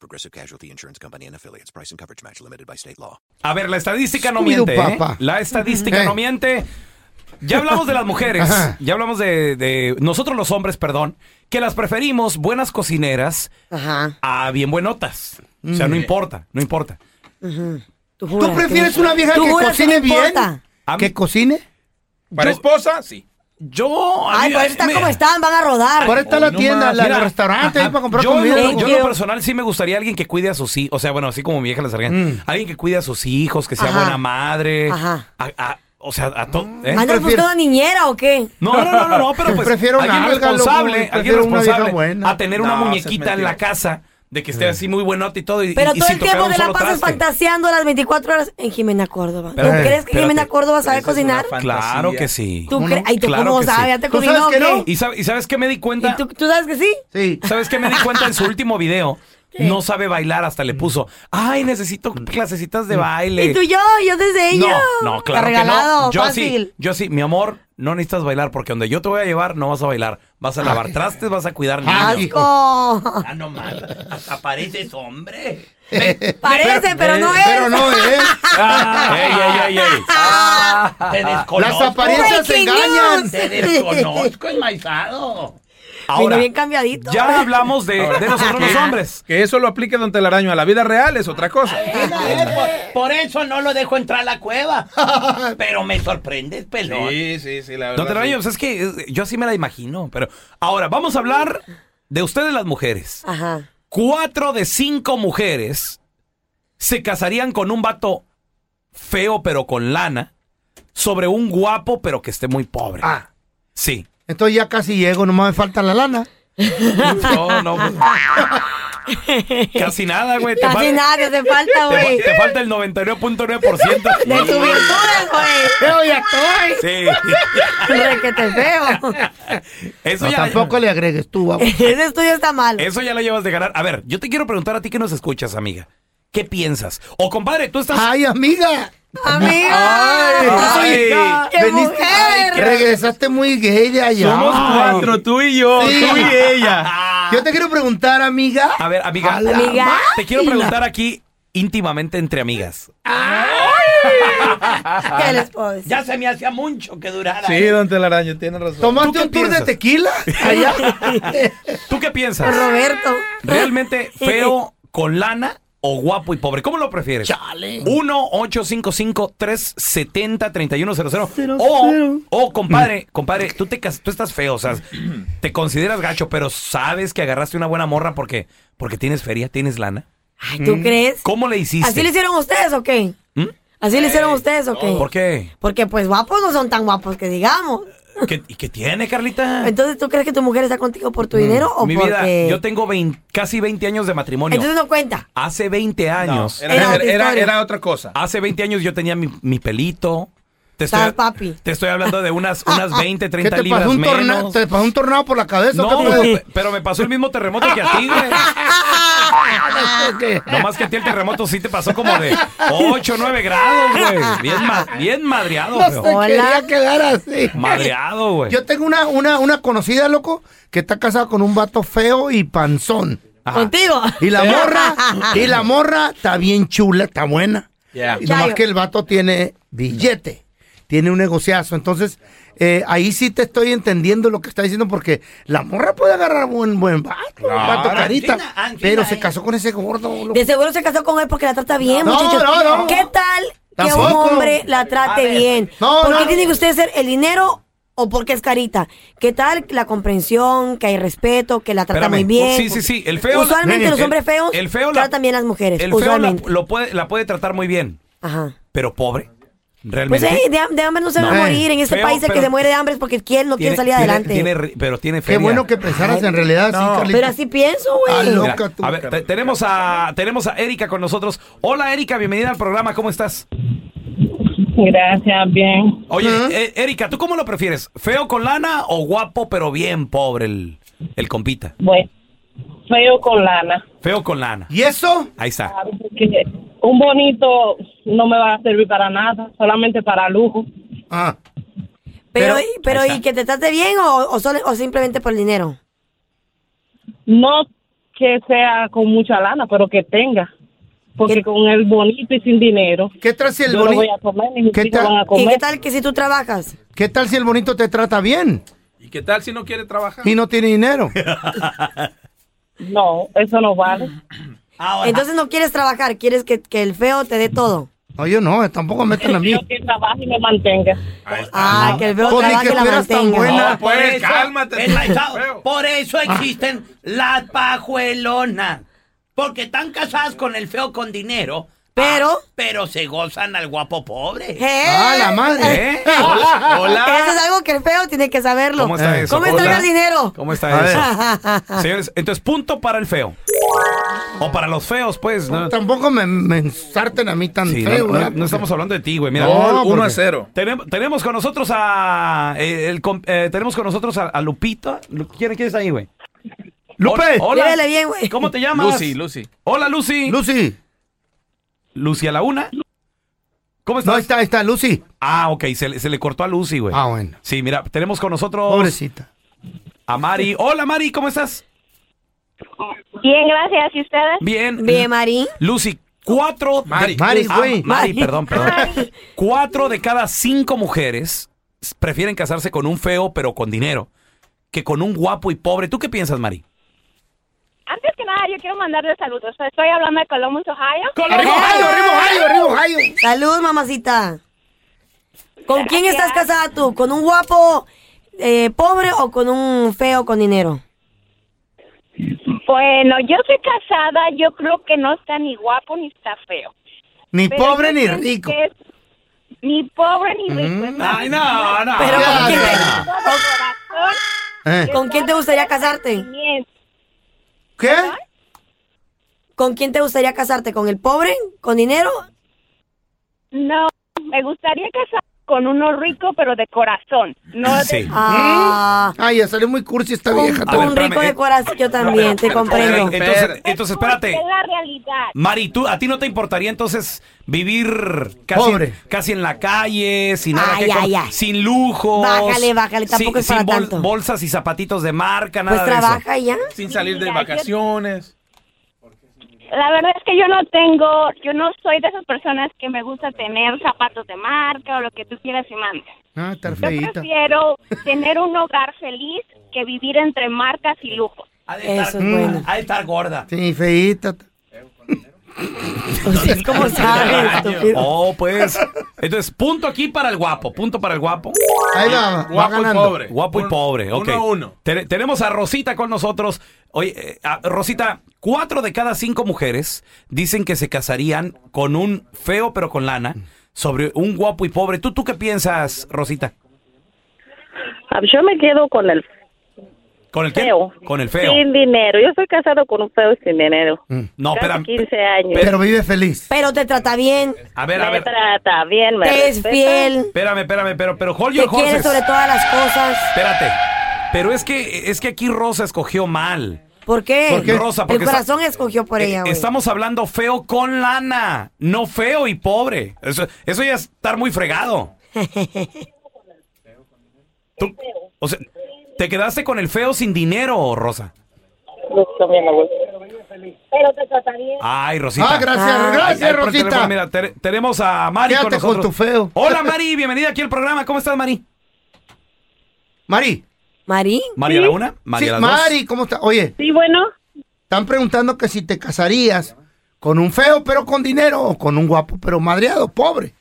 Progressive Casualty Insurance Company and affiliates. Price and coverage match limited by state law. A ver, la estadística no Scooby-Doo, miente. ¿eh? papá. La estadística Ey. no miente. Ya hablamos de las mujeres, Ajá. ya hablamos de, de nosotros los hombres, perdón, que las preferimos buenas cocineras Ajá. a bien buenotas. O sea, no importa, no importa. ¿Tú, ¿Tú juras prefieres no- una vieja tú que juras cocine no bien? importa. A mí- ¿Que cocine? Para Yo- esposa, sí. Yo. a Ay, mí- por eso están mira, como están, van a rodar. Por ahí está la no tienda, más. la, mira, los restaurantes, ajá, ahí para comprar yo, en comida. lo- yo en Thank lo you. personal sí me gustaría alguien que cuide a sus hijos, o sea, bueno, así como mi vieja la sargenta, Mm. alguien que cuide a sus hijos, que sea Ajá. buena madre, Ajá. a- a- o sea, a todo. ¿eh? ¿Andas prefiero- buscando niñera o qué? No, no, no, no, no, pero Yo pues prefiero alguien nalga, loco, responsable, yo alguien prefiero una vieja responsable buena. a tener una No, muñequita seas en la mentira. casa de que esté así muy buenota y todo y, Pero y- y todo sin el tocar tiempo un te la solo pasas traste. eh, fantaseando las 24 horas en Jimena Córdoba. ¿Tú Espérate, crees que Jimena espérate. Córdoba sabe Esa es una cocinar? fantasía. Claro que sí. ¿Tú ¿Cómo crees? no? Ay, ¿tú Claro cómo que sabes? sí. ¿Ya te ¿Tú cocinó sabes o que no? qué? ¿Y, sab- y sabes qué me di cuenta? ¿Y tú, tú sabes que sí? Sí. ¿Sabes qué me di cuenta en su último video? No sabe bailar, hasta le puso, ay, necesito clasecitas de baile. ¿Y tú yo? ¿Yo desde No, ella? no, claro Regalado, que no. Yo fácil. sí, yo sí, mi amor, no necesitas bailar porque donde yo te voy a llevar no vas a bailar, vas a lavar trastes, vas a cuidar Ay, niños. hijo. ¡Asco! Ah, no mal, hasta pareces hombre. Parece, pero no es. Pero no es. Ah, ey, ey, ey, Ah. ey. Ah, Te Las desconozco. apariencias Breaking engañan. news. desconozco. enmaizado. Vino Ahora, bien cambiadito. ya hablamos de, de nosotros los hombres. Que eso lo aplique Don Telaraño a la vida real es otra cosa. Por eso no lo dejo entrar a la cueva. Pero me sorprendes, pelón. Sí, sí, sí, la No te sí. rayes, es que eh, yo así me la imagino. Pero ahora, vamos a hablar de ustedes las mujeres. Ajá. Cuatro de cinco mujeres se casarían con un vato feo pero con lana sobre un guapo pero que esté muy pobre. Ah. Sí. Entonces ya casi llego, nomás me falta la lana. No, no. pues. Casi nada, güey. Te Casi fal- nada que te falta, te fal- güey. te falta el 99.9%. De tus virtudes, güey. Pero ya estoy. Sí. Re que te feo. Eso, No, ya, tampoco le agregues tú, vamos. Ese estudio está mal. eso ya la llevas de ganar. A ver, yo te quiero preguntar a ti que nos escuchas, amiga. ¿Qué piensas? O compadre, tú estás. Ay, amiga. Amiga. Ay, Ay, ¡Qué veniste- mujer! Ay, regresaste muy gay de allá. Somos cuatro, tú y yo, Sí. tú y ella. Yo te quiero preguntar, amiga. A ver, amiga. A la Amiga. ma- Te quiero preguntar aquí íntimamente entre amigas. ¿Qué les puedo decir? Ya se me hacía mucho que durara. Sí, Don Telaraño, tiene razón. ¿Tú qué ¿Tomaste un tour piensas? de tequila? Allá. ¿Tú qué piensas? Pues, Roberto. ¿Realmente feo con lana o guapo y pobre? ¿Cómo lo prefieres? Chale. 1-855-370-3100. O, o, compadre, compadre, tú, te, cas- tú estás feo, o sea, te consideras gacho, pero sabes que agarraste una buena morra porque, porque tienes feria, tienes lana. Ay, ¿tú crees? ¿Cómo le hiciste? ¿Así le hicieron ustedes o qué? ¿Mm? ¿Así le hicieron ustedes o qué? ¿Por qué? Porque pues guapos no son tan guapos que digamos. ¿Qué- ¿Y qué tiene, Carlita? Entonces, ¿tú crees que tu mujer está contigo por tu dinero o Mi porque...? vida, yo tengo 20 casi 20 años de matrimonio. Entonces no cuenta. Hace 20 No, años. Era era, era- otra era- historia. era otra cosa. Hace 20 años yo tenía mi, mi pelito. Te Estás papi. Te estoy hablando de unas, unas 20, ¿Qué 30 te pasó, libras un menos. tornado, te pasó un tornado por la cabeza? No, ¿Qué fue? pero, pero me pasó el mismo terremoto que a ti, güey. No más que a ti el terremoto sí te pasó como de 8, 9 grados, güey. Bien, ma- bien madreado, No güey. se Hola. quería quedar así. Madreado, güey. Yo tengo una, una, una conocida, loco, que está casada con un vato feo y panzón. Ajá. ¿Contigo? Y la morra, y la morra está bien chula, está buena. Ya. Y Ya, nomás yo- que el vato tiene billete, tiene un negociazo. Entonces, eh, ahí sí te estoy entendiendo lo que está diciendo, porque la morra puede agarrar buen, buen vato, un vato carita. Antina, antina, pero se eh. casó con ese gordo, loco. De seguro se casó con él porque la trata bien, No, muchachos. no, no. ¿Qué tal que un Tampoco. hombre la trate bien? No, ¿Por no, qué no. tiene que usted ser el dinero o porque es carita? ¿Qué tal la comprensión, que hay respeto, que la trata Espérame. muy bien? Sí, sí, sí. El feo. Usualmente los el- hombres feos el feo la- tratan bien a las mujeres, El feo la, usualmente. lo puede, la puede tratar muy bien, Ajá. pero pobre. Pues Realmente. hey, de, ham- de hambre no se van a No. morir. En este Feo, país el que pero- se muere de hambre es porque quiere, no quiere Tiene- salir tiene- adelante. tiene re- pero tiene Qué feria. bueno que pensaras en realidad, sí, no. Carlita. Pero así pienso, Ah, güey. no. Mira, Loca tú, a ver, te- Carlos. tenemos a tenemos a Erika con nosotros. Hola Erika, bienvenida al programa, ¿cómo estás? Gracias, bien. Oye, Ajá. eh, Erika, ¿tú cómo lo prefieres? ¿Feo con lana o guapo pero bien pobre el, el compita? Bueno, feo con lana. Feo con lana. ¿Y eso? Ahí está. ¿sabes? Porque un bonito no me va a servir para nada, solamente para lujo. Ah, Pero, Pero- y- pero Ahí ¿y está. que te trate bien o, o, solo- o simplemente por el dinero? No que sea con mucha lana, pero que tenga. Porque con el bonito y sin dinero, ¿qué tal si el yo no voy bonito? a comer, ni mis ¿Qué hijos tal? van a ¿Y qué comer. tal que si tú trabajas? ¿Qué tal si el bonito te trata bien ¿Y qué tal si no quiere trabajar? y no tiene dinero? No, eso no vale. Ah, Ahora, Entonces no quieres trabajar, quieres que, que el feo te dé todo. No, yo no, tampoco metan a mí. Yo que trabaje y me mantenga. Ah, que el feo Pues ni trabaje que y la estuvieras tan mantenga. buena. no, Nena, por pues, eso, cálmate, enmaizado, feo. por eso Ah. existen las pajuelonas. Porque están casadas con el feo con dinero. Pero- ah, pero se gozan al guapo pobre. ¡Eh! ¡Ah, la madre! ¿Eh? Hola, Eso es algo que el feo tiene que saberlo. ¿Cómo está eso? ¿Cómo está Hola. el jardinero? ¿Cómo A está ver. eso? Señores, entonces punto para el feo. O para los feos, pues. ¿no? Tampoco me, me ensarten a mí tan Sí, no, feo, no, ¿verdad? no estamos hablando de ti, güey. Mira, No, No, 1 a porque- 0. Tenemos, tenemos con nosotros a eh, el com- eh, tenemos con nosotros a, a Lupita. Lu- ¿Quién, quién está ahí, güey? ¡Lupe! Hola. Llévele bien, güey. ¿Cómo te llamas? Lucy, Lucy. Hola, Lucy. ¡Lucy! Lucy a la una. ¿Cómo No, estás? ahí está, ahí está, Lucy. Ah, ok, se, le- se le cortó a Lucy, güey. Ah, bueno. Sí, mira, tenemos con nosotros Pobrecita. a Mari. Hola, Mari, ¿cómo estás? Bien, gracias. ¿Y ustedes? Bien. Bien, Marín. Lucy, cuatro. de- Mari. Mari, Ah, güey. Mari, perdón, perdón. Cuatro de cada cinco mujeres prefieren casarse con un feo, pero con dinero, que con un guapo y pobre. ¿Tú qué piensas, Mari? Antes que nada, yo quiero mandarles saludos. Estoy hablando de Columbus, Ohio. ¡Arriba, Ohio, arriba, Ohio, arriba, Ohio! Salud, mamacita. ¿Con quién estás casada tú? ¿Con un guapo eh, pobre o con un feo con dinero? Bueno, yo soy casada. Yo creo que no está ni guapo ni está feo. Ni Pero pobre yo ni pienso rico. que es- Ni pobre ni rico. es más, Ay, no, no. Pero ya, ¿con quién, ya. todo corazón, Eh, ¿con quién te gustaría casarte? sentimiento. ¿Qué? ¿Con quién te gustaría casarte? ¿Con el pobre? ¿Con dinero? No, me gustaría casar con uno rico, pero de corazón. No de- Sí. Ah, ¿Mm? Ay, ya salió muy cursi esta un, vieja. ¿Mm? A ver, un rico espérame, eh. de corazón. Yo también, te comprendo. Ok, Entonces, entonces, Porque espérate. Es la realidad. Mari, ¿tú, ¿a ti no te importaría entonces vivir casi, Pobre. casi en la calle, sin nada Ay, que com- ay, ay. sin lujos? Bájale, bájale, tampoco sin, es para sin bol- tanto. bolsas y zapatitos de marca, nada Pues de eso. trabaja y ya. Sin salir de vacaciones. La verdad es que yo no tengo, yo no soy de esas personas que me gusta tener zapatos de marca o lo que tú quieras y mandes. Ah, está Yo feita. prefiero tener un hogar feliz que vivir entre marcas y lujos. Ha de estar- Eso es bueno. ha de estar gorda. Sí, feita. Pues, ¿Cómo sabes, estúpido? Oh, pues. Entonces, punto aquí para el guapo, punto para el guapo. Ahí va, va Guapo y ganando. pobre. Guapo y Un- pobre, ok. Uno a uno. Te- tenemos a Rosita con nosotros. Oye, eh, a- Rosita, cuatro de cada cinco mujeres dicen que se casarían con un feo pero con lana sobre un guapo y pobre. ¿Tú, tú qué piensas, Rosita? Ah, Yo me quedo con el ¿Con el quién? Feo. Con el feo. Mm. dinero. Yo soy casado con un feo sin dinero. No, espera. años. Pero vive feliz. Pero te trata bien, A ver, a ver. trata bien, te es fiel, Espérame, espérame, pero, pero hold te your quiere pues. horses. sobre todas las cosas. Espérate. Pero es que, es que aquí Rosa escogió mal. ¿Por qué? ¿Por qué, Rosa? Porque el corazón escogió por Eh, ella, güey. estamos hablando feo con lana, no feo y pobre. Eso, eso ya es estar muy fregado. Tú- o sea, te quedaste con el feo sin dinero, Rosa. Pero te trata bien. Ay, Rosita. Ah, gracias, Ah. Ay, gracias, ay, por el teléfono, Rosita. mira, te- tenemos a Mari con Quédate con nosotros. tu feo. Hola, Mari, bienvenida aquí al programa. ¿Cómo estás, Mari? Mari. Marín, María la una, María Sí, la dos. Mari, ¿cómo estás? Oye, Sí, bueno. están preguntando que si te casarías con un feo pero con dinero o con un guapo pero madreado, pobre.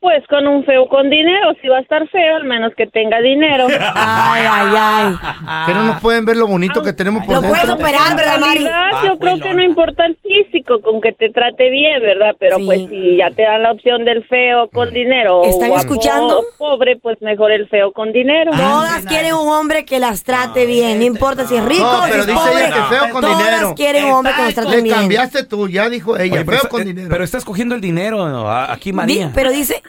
Pues con un feo con dinero, si va a estar feo, al menos que tenga dinero. Ay, ay, ay. Pero no pueden ver lo bonito que tenemos por Ah. Lo puedes dentro. operar, ¿verdad, Mari? realidad, Ah, yo creo bueno. que no importa el físico, con que te trate bien, ¿verdad? Pero Sí. pues si ya te dan la opción del feo con dinero. o ¿Están guapo escuchando? Ah, o Pobre, pues mejor el feo con dinero. Todas quieren un hombre que las trate bien, no importa si es rico este No, o si pero es dice pobre. ella que feo con Todas dinero. quieren un hombre que las Exacto. trate Le bien. cambiaste tú, ya dijo ella, Oye, pero, feo está, con eh, dinero. pero está escogiendo el dinero ¿no? A- aquí, María. Di- pero dice,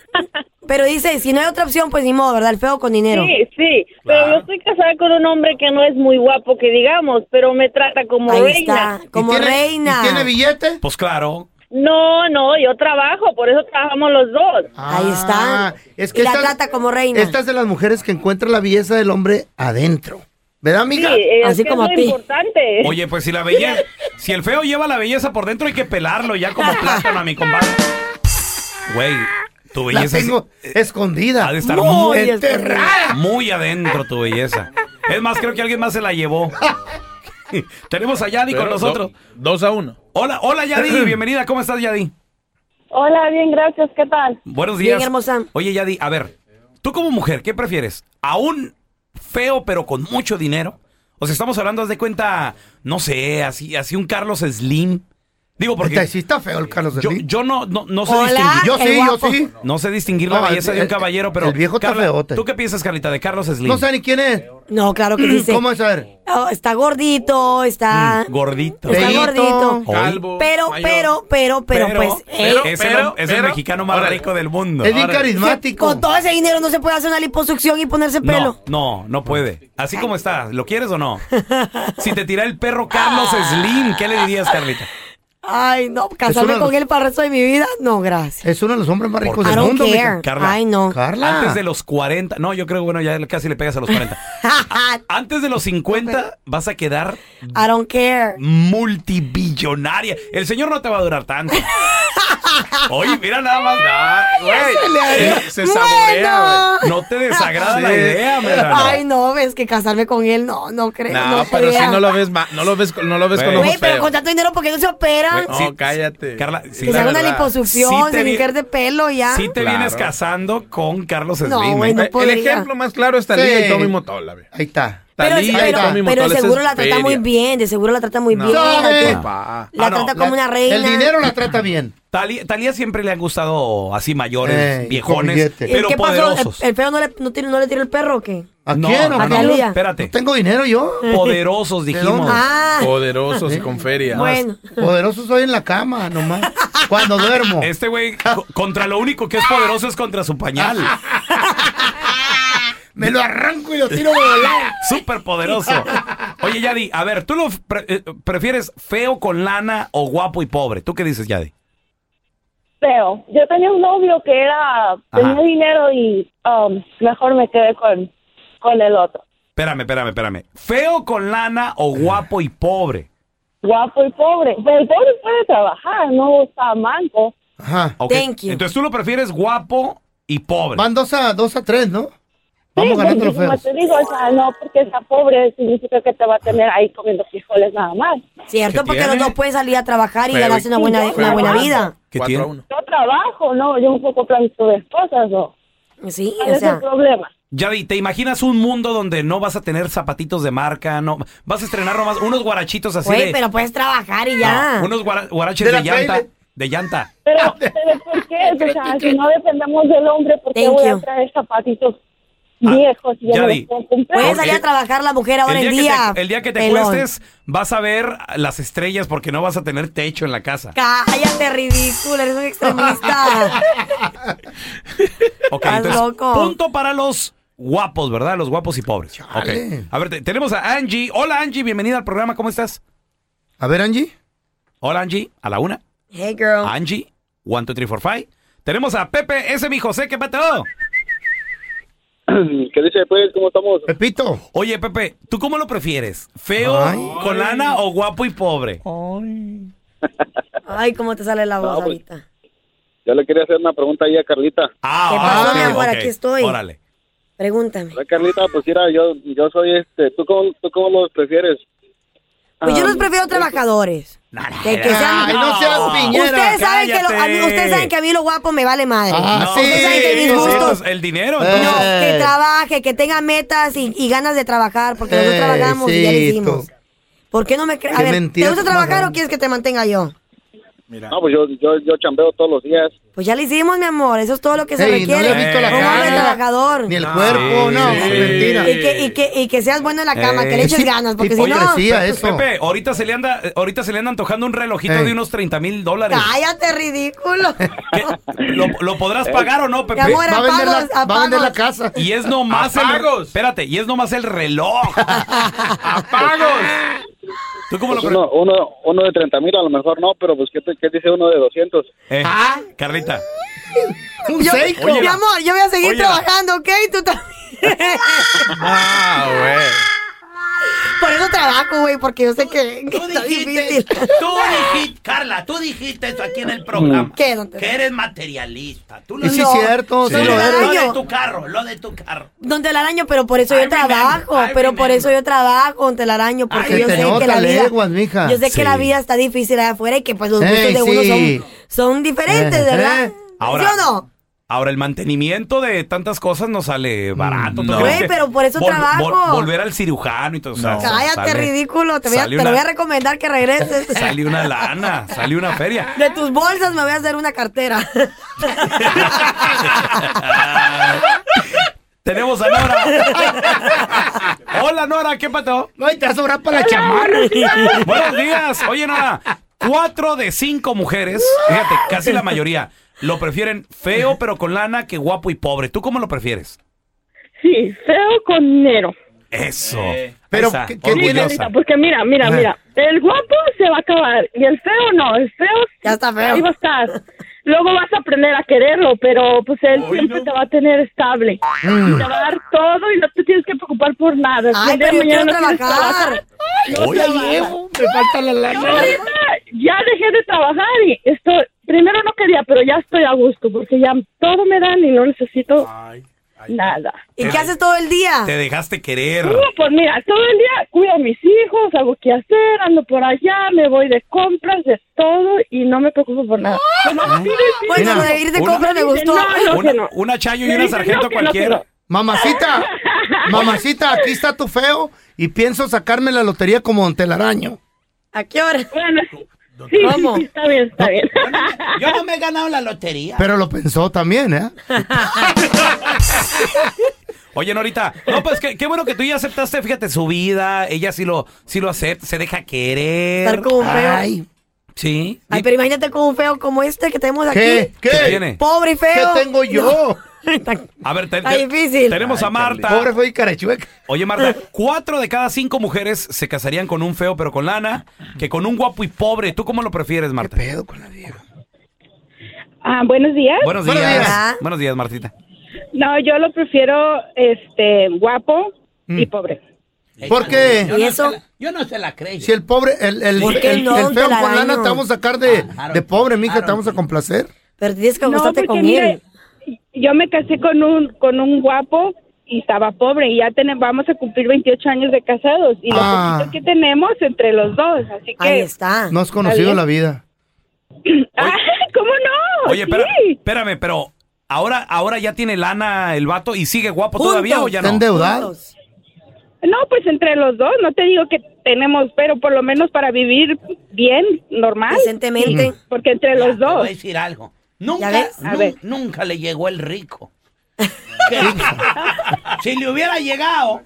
pero dice, si no hay otra opción, pues ni modo, ¿verdad? El feo con dinero. Sí, sí, pero yo estoy casada con un hombre que no es muy guapo, que digamos, pero me trata como Ahí reina. está, ¿Y como tiene- reina. ¿y ¿Tiene billete? Pues claro. No, no, yo trabajo, por eso trabajamos los dos. Ahí está. Ah, Es Y que la estas- trata como reina. Esta es de las mujeres que encuentra la belleza del hombre adentro. ¿Verdad, Sí, amiga? es Así que como es a lo ti. importante. Oye, pues si la belleza, si el feo lleva la belleza por dentro, hay que pelarlo ya como plátano a mi compadre. Güey, tu la belleza es- tengo escondida. eh, ha de estar Muy muy, escondida. muy adentro tu belleza. Es más, creo que alguien más se la llevó. Tenemos a Yadi con Pero do- nosotros. dos a uno. Hola, hola Yadi, bienvenida. ¿Cómo estás, Yadi? Hola, bien, gracias, ¿qué tal? Buenos Bien, días. hermosa. Oye, Yadi, a ver, tú como mujer, ¿qué prefieres? ¿A un feo pero con mucho dinero? O sea, estamos hablando, haz de cuenta, no sé, así, así un Carlos Slim. Digo, Este porque sí está feo el Carlos yo, Slim. yo no, no, no sé Hola. distinguir. Yo el sí, yo Ah, guapo. sí. No sé distinguir la No, belleza el- de un el- caballero, pero. el viejo está Carla, feote. ¿Tú qué piensas, Carlita, de Carlos Slim? No sé ni quién es. No, claro que dice. ¿Cómo Mm. es a ver? Oh, está gordito, está. Gordito. Ah, Está Feíto. gordito. Calvo. Pero, mayor. pero, pero, pero, pues. eh, es pero, el, es el pero- mexicano más órale. rico del mundo. Es bien Ahora, carismático. con todo ese dinero no se puede hacer una liposucción y ponerse pelo. No, no, no puede. Así como está, ¿lo quieres o no? Si te tira el perro Carlos Slim, ¿qué le dirías, Carlita? Ay, no, casarme una- con él para el resto de mi vida, no, gracias. Es uno de los hombres más ricos I del don't mundo. care. mija. Carla. Ay, no. Carla. Antes de los 40, no, yo creo, bueno, ya casi le pegas a los 40. Antes de los 50 vas a quedar I don't care. multibillonaria. El señor no te va a durar tanto. Oye, mira nada más. No, güey. Se, se saborea, Bueno. No te desagrada la Sí. idea, Medrano. Ay, no, ves que casarme con él, no, no creo. güey. No, No, pero si creo. no lo ves ma- no lo ves, no lo ves con Güey. ojos Güey, pero feos. con tanto dinero, ¿por qué no se operan? No, Sí, cállate. Carla, sí, que se la haga una verdad. liposucción, Sí te se vi- mujer de pelo y ya. Si te Claro. vienes casando con Carlos Slim. No, ¿eh? güey, no Eh, el podría. ejemplo más claro es Sí. Talía y Tommy Motola. güey. Ahí está. pero, Talía y pero- pero Tommy Motola, esa de es seguro la trata feria. muy bien, de seguro la trata muy bien. No, la- güey. Pa. La Ah, no, trata como La- una reina. El dinero la trata bien. Talía, Talía siempre le han gustado así mayores, Ey, con viejones, billete. ¿Y pero ¿Qué pasó? Eh, ¿El, poderosos. el feo no le, no, tiene- no le tira el perro o qué? ¿A No, quién? no, hombre? no, Talía. No Espérate. tengo dinero yo. Poderosos, dijimos. dónde? eh, Ah, Poderosos y con feria. bueno. Poderoso soy en la cama, nomás. Cuando duermo. Este güey, co- contra lo único que es poderoso es contra su pañal. Me lo arranco y lo tiro de volada. Súper poderoso. Oye, Yadi, a ver, ¿tú lo pre- eh, prefieres feo con lana o guapo y pobre? ¿Tú qué dices, Yadi? Feo. Yo tenía un novio que era tenía Ajá. dinero y um, mejor me quedé con, con el otro. Espérame, espérame, espérame. ¿Feo con lana o guapo y pobre? Guapo y pobre. Pero el pobre puede trabajar, no está manco. Ajá. Ok, Thank you. Entonces tú lo prefieres guapo y pobre. Van dos a, dos a tres, ¿no? Vamos sí, ganando porque los como feos. te digo, o sea, no porque está pobre significa que te va a tener ahí comiendo frijoles nada más. Cierto, ¿Qué porque tiene? los dos pueden salir a trabajar y Feo y- ganarse una buena, feo y una buena guapo. vida. ¿Qué Cuatro tiene? a uno. Yo trabajo, ¿no? Yo un poco plancho de cosas, ¿no? Sí, ¿Cuál o es el sea. problema? Yadi, ¿te imaginas un mundo donde no vas a tener zapatitos de marca? No, vas a estrenar nomás unos guarachitos así Güey, de. pero puedes trabajar y ya. No, unos guara- guaraches De de, la llanta. Playboy. De llanta. Pero, pero ¿por qué? O sea, si no dependemos del hombre, ¿por qué Thank voy you. a traer zapatitos viejos y ya ya no di. los puedo comprar? Puede salir a el- trabajar la mujer ahora el, en día día. que te, el día que te pelón. cuestes, vas a ver las estrellas porque no vas a tener techo en la casa. Cállate, ridículo, eres un extremista. Ok, Estás entonces, loco. punto para los guapos, ¿verdad? Los guapos y pobres. Chale. Ok. A ver, te- tenemos a Angie. Hola, Angie, bienvenida al programa. ¿Cómo estás? A ver, Angie. Hola, Angie. A la una. hey, girl. Angie. One, two, three, four, five. Tenemos a Pepe, ese mi José, ¿qué pateó? ¿Qué dice pues? ¿Cómo estamos? Pepito. Oye, Pepe, ¿tú cómo lo prefieres? ¿Feo, Ay. con lana o guapo y pobre? Oh. Ay, cómo te sale la voz pues, ahorita. Yo le quería hacer una pregunta ahí a Carlita. Ah, ¿Qué pasó, ok, mi amor? ok. Aquí estoy. Órale. Pregúntame. Hola, Carlita, pues mira, yo, yo soy este, ¿tú cómo, tú cómo los prefieres? Pues yo los Ah, prefiero trabajadores. Que, que sean- Ay, no seas piñera. Ustedes saben, que lo- a mí, cállate. pues, ustedes saben que a mí lo guapo me vale madre. Ah, sí. Ustedes saben que mis sí, gustos. el dinero. Eh. No, entonces. que trabaje, que tenga metas y, y ganas de trabajar, porque los dos Eh, trabajamos y ya lo sí, hicimos. tú. ¿Por qué no me crees? A Qué ver, ¿te mentira gusta tu trabajar madre. o quieres que te mantenga yo? No, pues yo, yo, yo chambeo todos los días. Pues ya lo hicimos, mi amor, eso es todo lo que se Ey, no requiere. le he visto la Un hombre cara. trabajador. Ni el cuerpo, no, Ah, sí. mentira. Y que, y, que, y que seas bueno en la cama, que Eh, le eches sí, ganas, porque si no. pues, hipocresía eso. Pepe, ahorita se le anda, ahorita se le anda antojando un relojito Eh. de unos 30 mil dólares. Cállate, ridículo. ¿Qué? ¿Lo, lo podrás pagar o no, Eh. Mi Pepe? amor, Va a vender la- apagos, va a vender la apagos. casa. Y es nomás el Apagos. espérate, y es nomás el reloj. Apagos. ¿Tú cómo lo Pues uno, uno, uno de 30 mil a lo mejor no, pero pues ¿qué, te- qué dice uno de 200? eh, Ah. Carlita. Un Yo- seco. mi amor, yo voy a seguir Oye. trabajando, ¿ok? Tú también. Ah, güey. Por eso trabajo, güey, porque yo sé que, que Tú está dijiste, difícil. tú dijiste, Carla, tú dijiste eso aquí en el programa. ¿Qué, don Tela? Que eres materialista. Tú lo Y sí, dijiste. cierto, sí Lo lo de- eres. Lo de Daño. tu carro, lo de tu carro. Don Telaraño, pero por eso I yo trabajo, remember, I pero por remember. eso yo trabajo, Don Telaraño, porque se yo te sé que nota la vida, leguas, mija. yo sé que la Sí. vida está difícil allá afuera y que pues los Ey, gustos de uno sí. son, son diferentes, Eh, ¿verdad? eh. Ahora- ¿Sí o no? Ahora el mantenimiento de tantas cosas no sale barato. No. Tienes Güey, que pero por eso trabajo. volver al cirujano y todo. o sea, Cállate, sale- ridículo, te, voy a- sale te lo una- voy a recomendar que regreses. Sale una lana, sale una feria. De tus bolsas me voy a hacer una cartera. Tenemos a Nora. Hola Nora, ¿qué pato? No, y te va a sobrar para la chamarra. Buenos días. Oye Nora, cuatro de cinco mujeres, fíjate, casi la mayoría, lo prefieren feo pero con lana que guapo y pobre. ¿Tú cómo lo prefieres? Sí, feo con dinero. Eso. Pero, Eh, Esa, ¿qué- qué orgullosa. tiene- Porque mira, mira, Ajá. mira. El guapo se va a acabar y el feo no. El feo Ya está feo. ahí va a estar. Luego vas a aprender a quererlo, pero pues él siempre te va a tener estable. Te va a dar todo y no te tienes que preocupar por nada. Ay, El día pero de yo quiero mañana no quieres trabajar. Oye, viejo, me falta la lana. Ahorita ya dejé de trabajar y esto primero no quería, pero ya estoy a gusto porque ya todo me dan y no necesito nada. ¿Y qué haces todo el día? Te dejaste querer. No, pues mira, todo el día cuido a mis hijos, hago que hacer, ando por allá, me voy de compras, de todo y no me preocupo por nada. Nomás pido y pido. Bueno, Mira, lo de ir de una- compra Ah, me Dice, gustó. No, no, Una, que no. una chayo y Me una dice, sargento no, que no, cualquiera. que Mamacita, mamacita, aquí está tu feo y pienso sacarme la lotería como don telaraño. ¿A qué hora? no. Bueno, sí, sí, ¿Cómo? sí, está bien, está bien. Yo no me he ganado la lotería. Pero lo pensó también, ¿eh? Oye, Norita, no, pues qué, qué bueno que tú ya aceptaste, fíjate, su vida, ella sí lo, sí lo acepta, se deja Estar querer. con un feo. Ay, Ay, Sí. pero imagínate con un feo como este que tenemos ¿qué? aquí. ¿Qué? ¿Qué tiene? Pobre y ¿Qué feo. tengo yo? Está- A ver, te- Está te- difícil. tenemos a Marta. Pobre feo y carachueca. Oye, Marta, cuatro de cada cinco mujeres se casarían con un feo pero con lana que con un guapo y pobre. ¿Tú cómo lo prefieres, ¿Qué Marta? pedo con la vieja? Ah, buenos días. Buenos días. Buenos días. Buenos días, Martita. No, yo lo prefiero este guapo Mm. y pobre. ¿Por qué? Yo ¿Y no eso? se la- yo no se la creo. Si el pobre, el, el, ¿Por el, qué no, el don feo con telaraño? lana te vamos a sacar de, Claro. de pobre, mija, Claro. te vamos a complacer. Pero tienes que No, gustarte porque con mire, él. yo me casé con un con un guapo y estaba pobre y ya tenemos vamos a cumplir 28 años de casados y lo Ah. poquito que tenemos entre los dos, así Ahí que está. No has conocido bien. la vida. Ah, ¿Cómo no? Oye, Oh, Sí. espera- espérame, pero ahora, ahora ya tiene lana el vato y sigue guapo todavía o ya ¿Está no. endeudado? No, pues entre los dos, no te digo que tenemos, pero por lo menos para vivir bien, normal. Decentemente. Porque entre Mira, los Te voy dos. a decir algo. ¿Ya Nunca, ves? A nun- ver. nunca le llegó el rico. Que- si le hubiera llegado,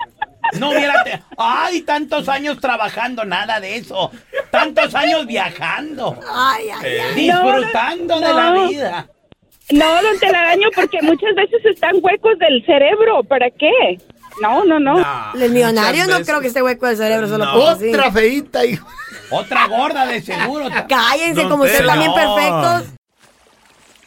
no hubiera... te- Ay, tantos años trabajando, nada de eso. Tantos años viajando, Ay, ay, Eh, ay. disfrutando de la no. vida. No, don Telaraño, porque muchas veces están huecos del cerebro. ¿Para qué? No, no, no. El millonario no muchas veces. creo que esté hueco del cerebro solo por así. Otra feita, hijo. Otra gorda de seguro. Cállense, Don como ustedes Tela. también perfectos.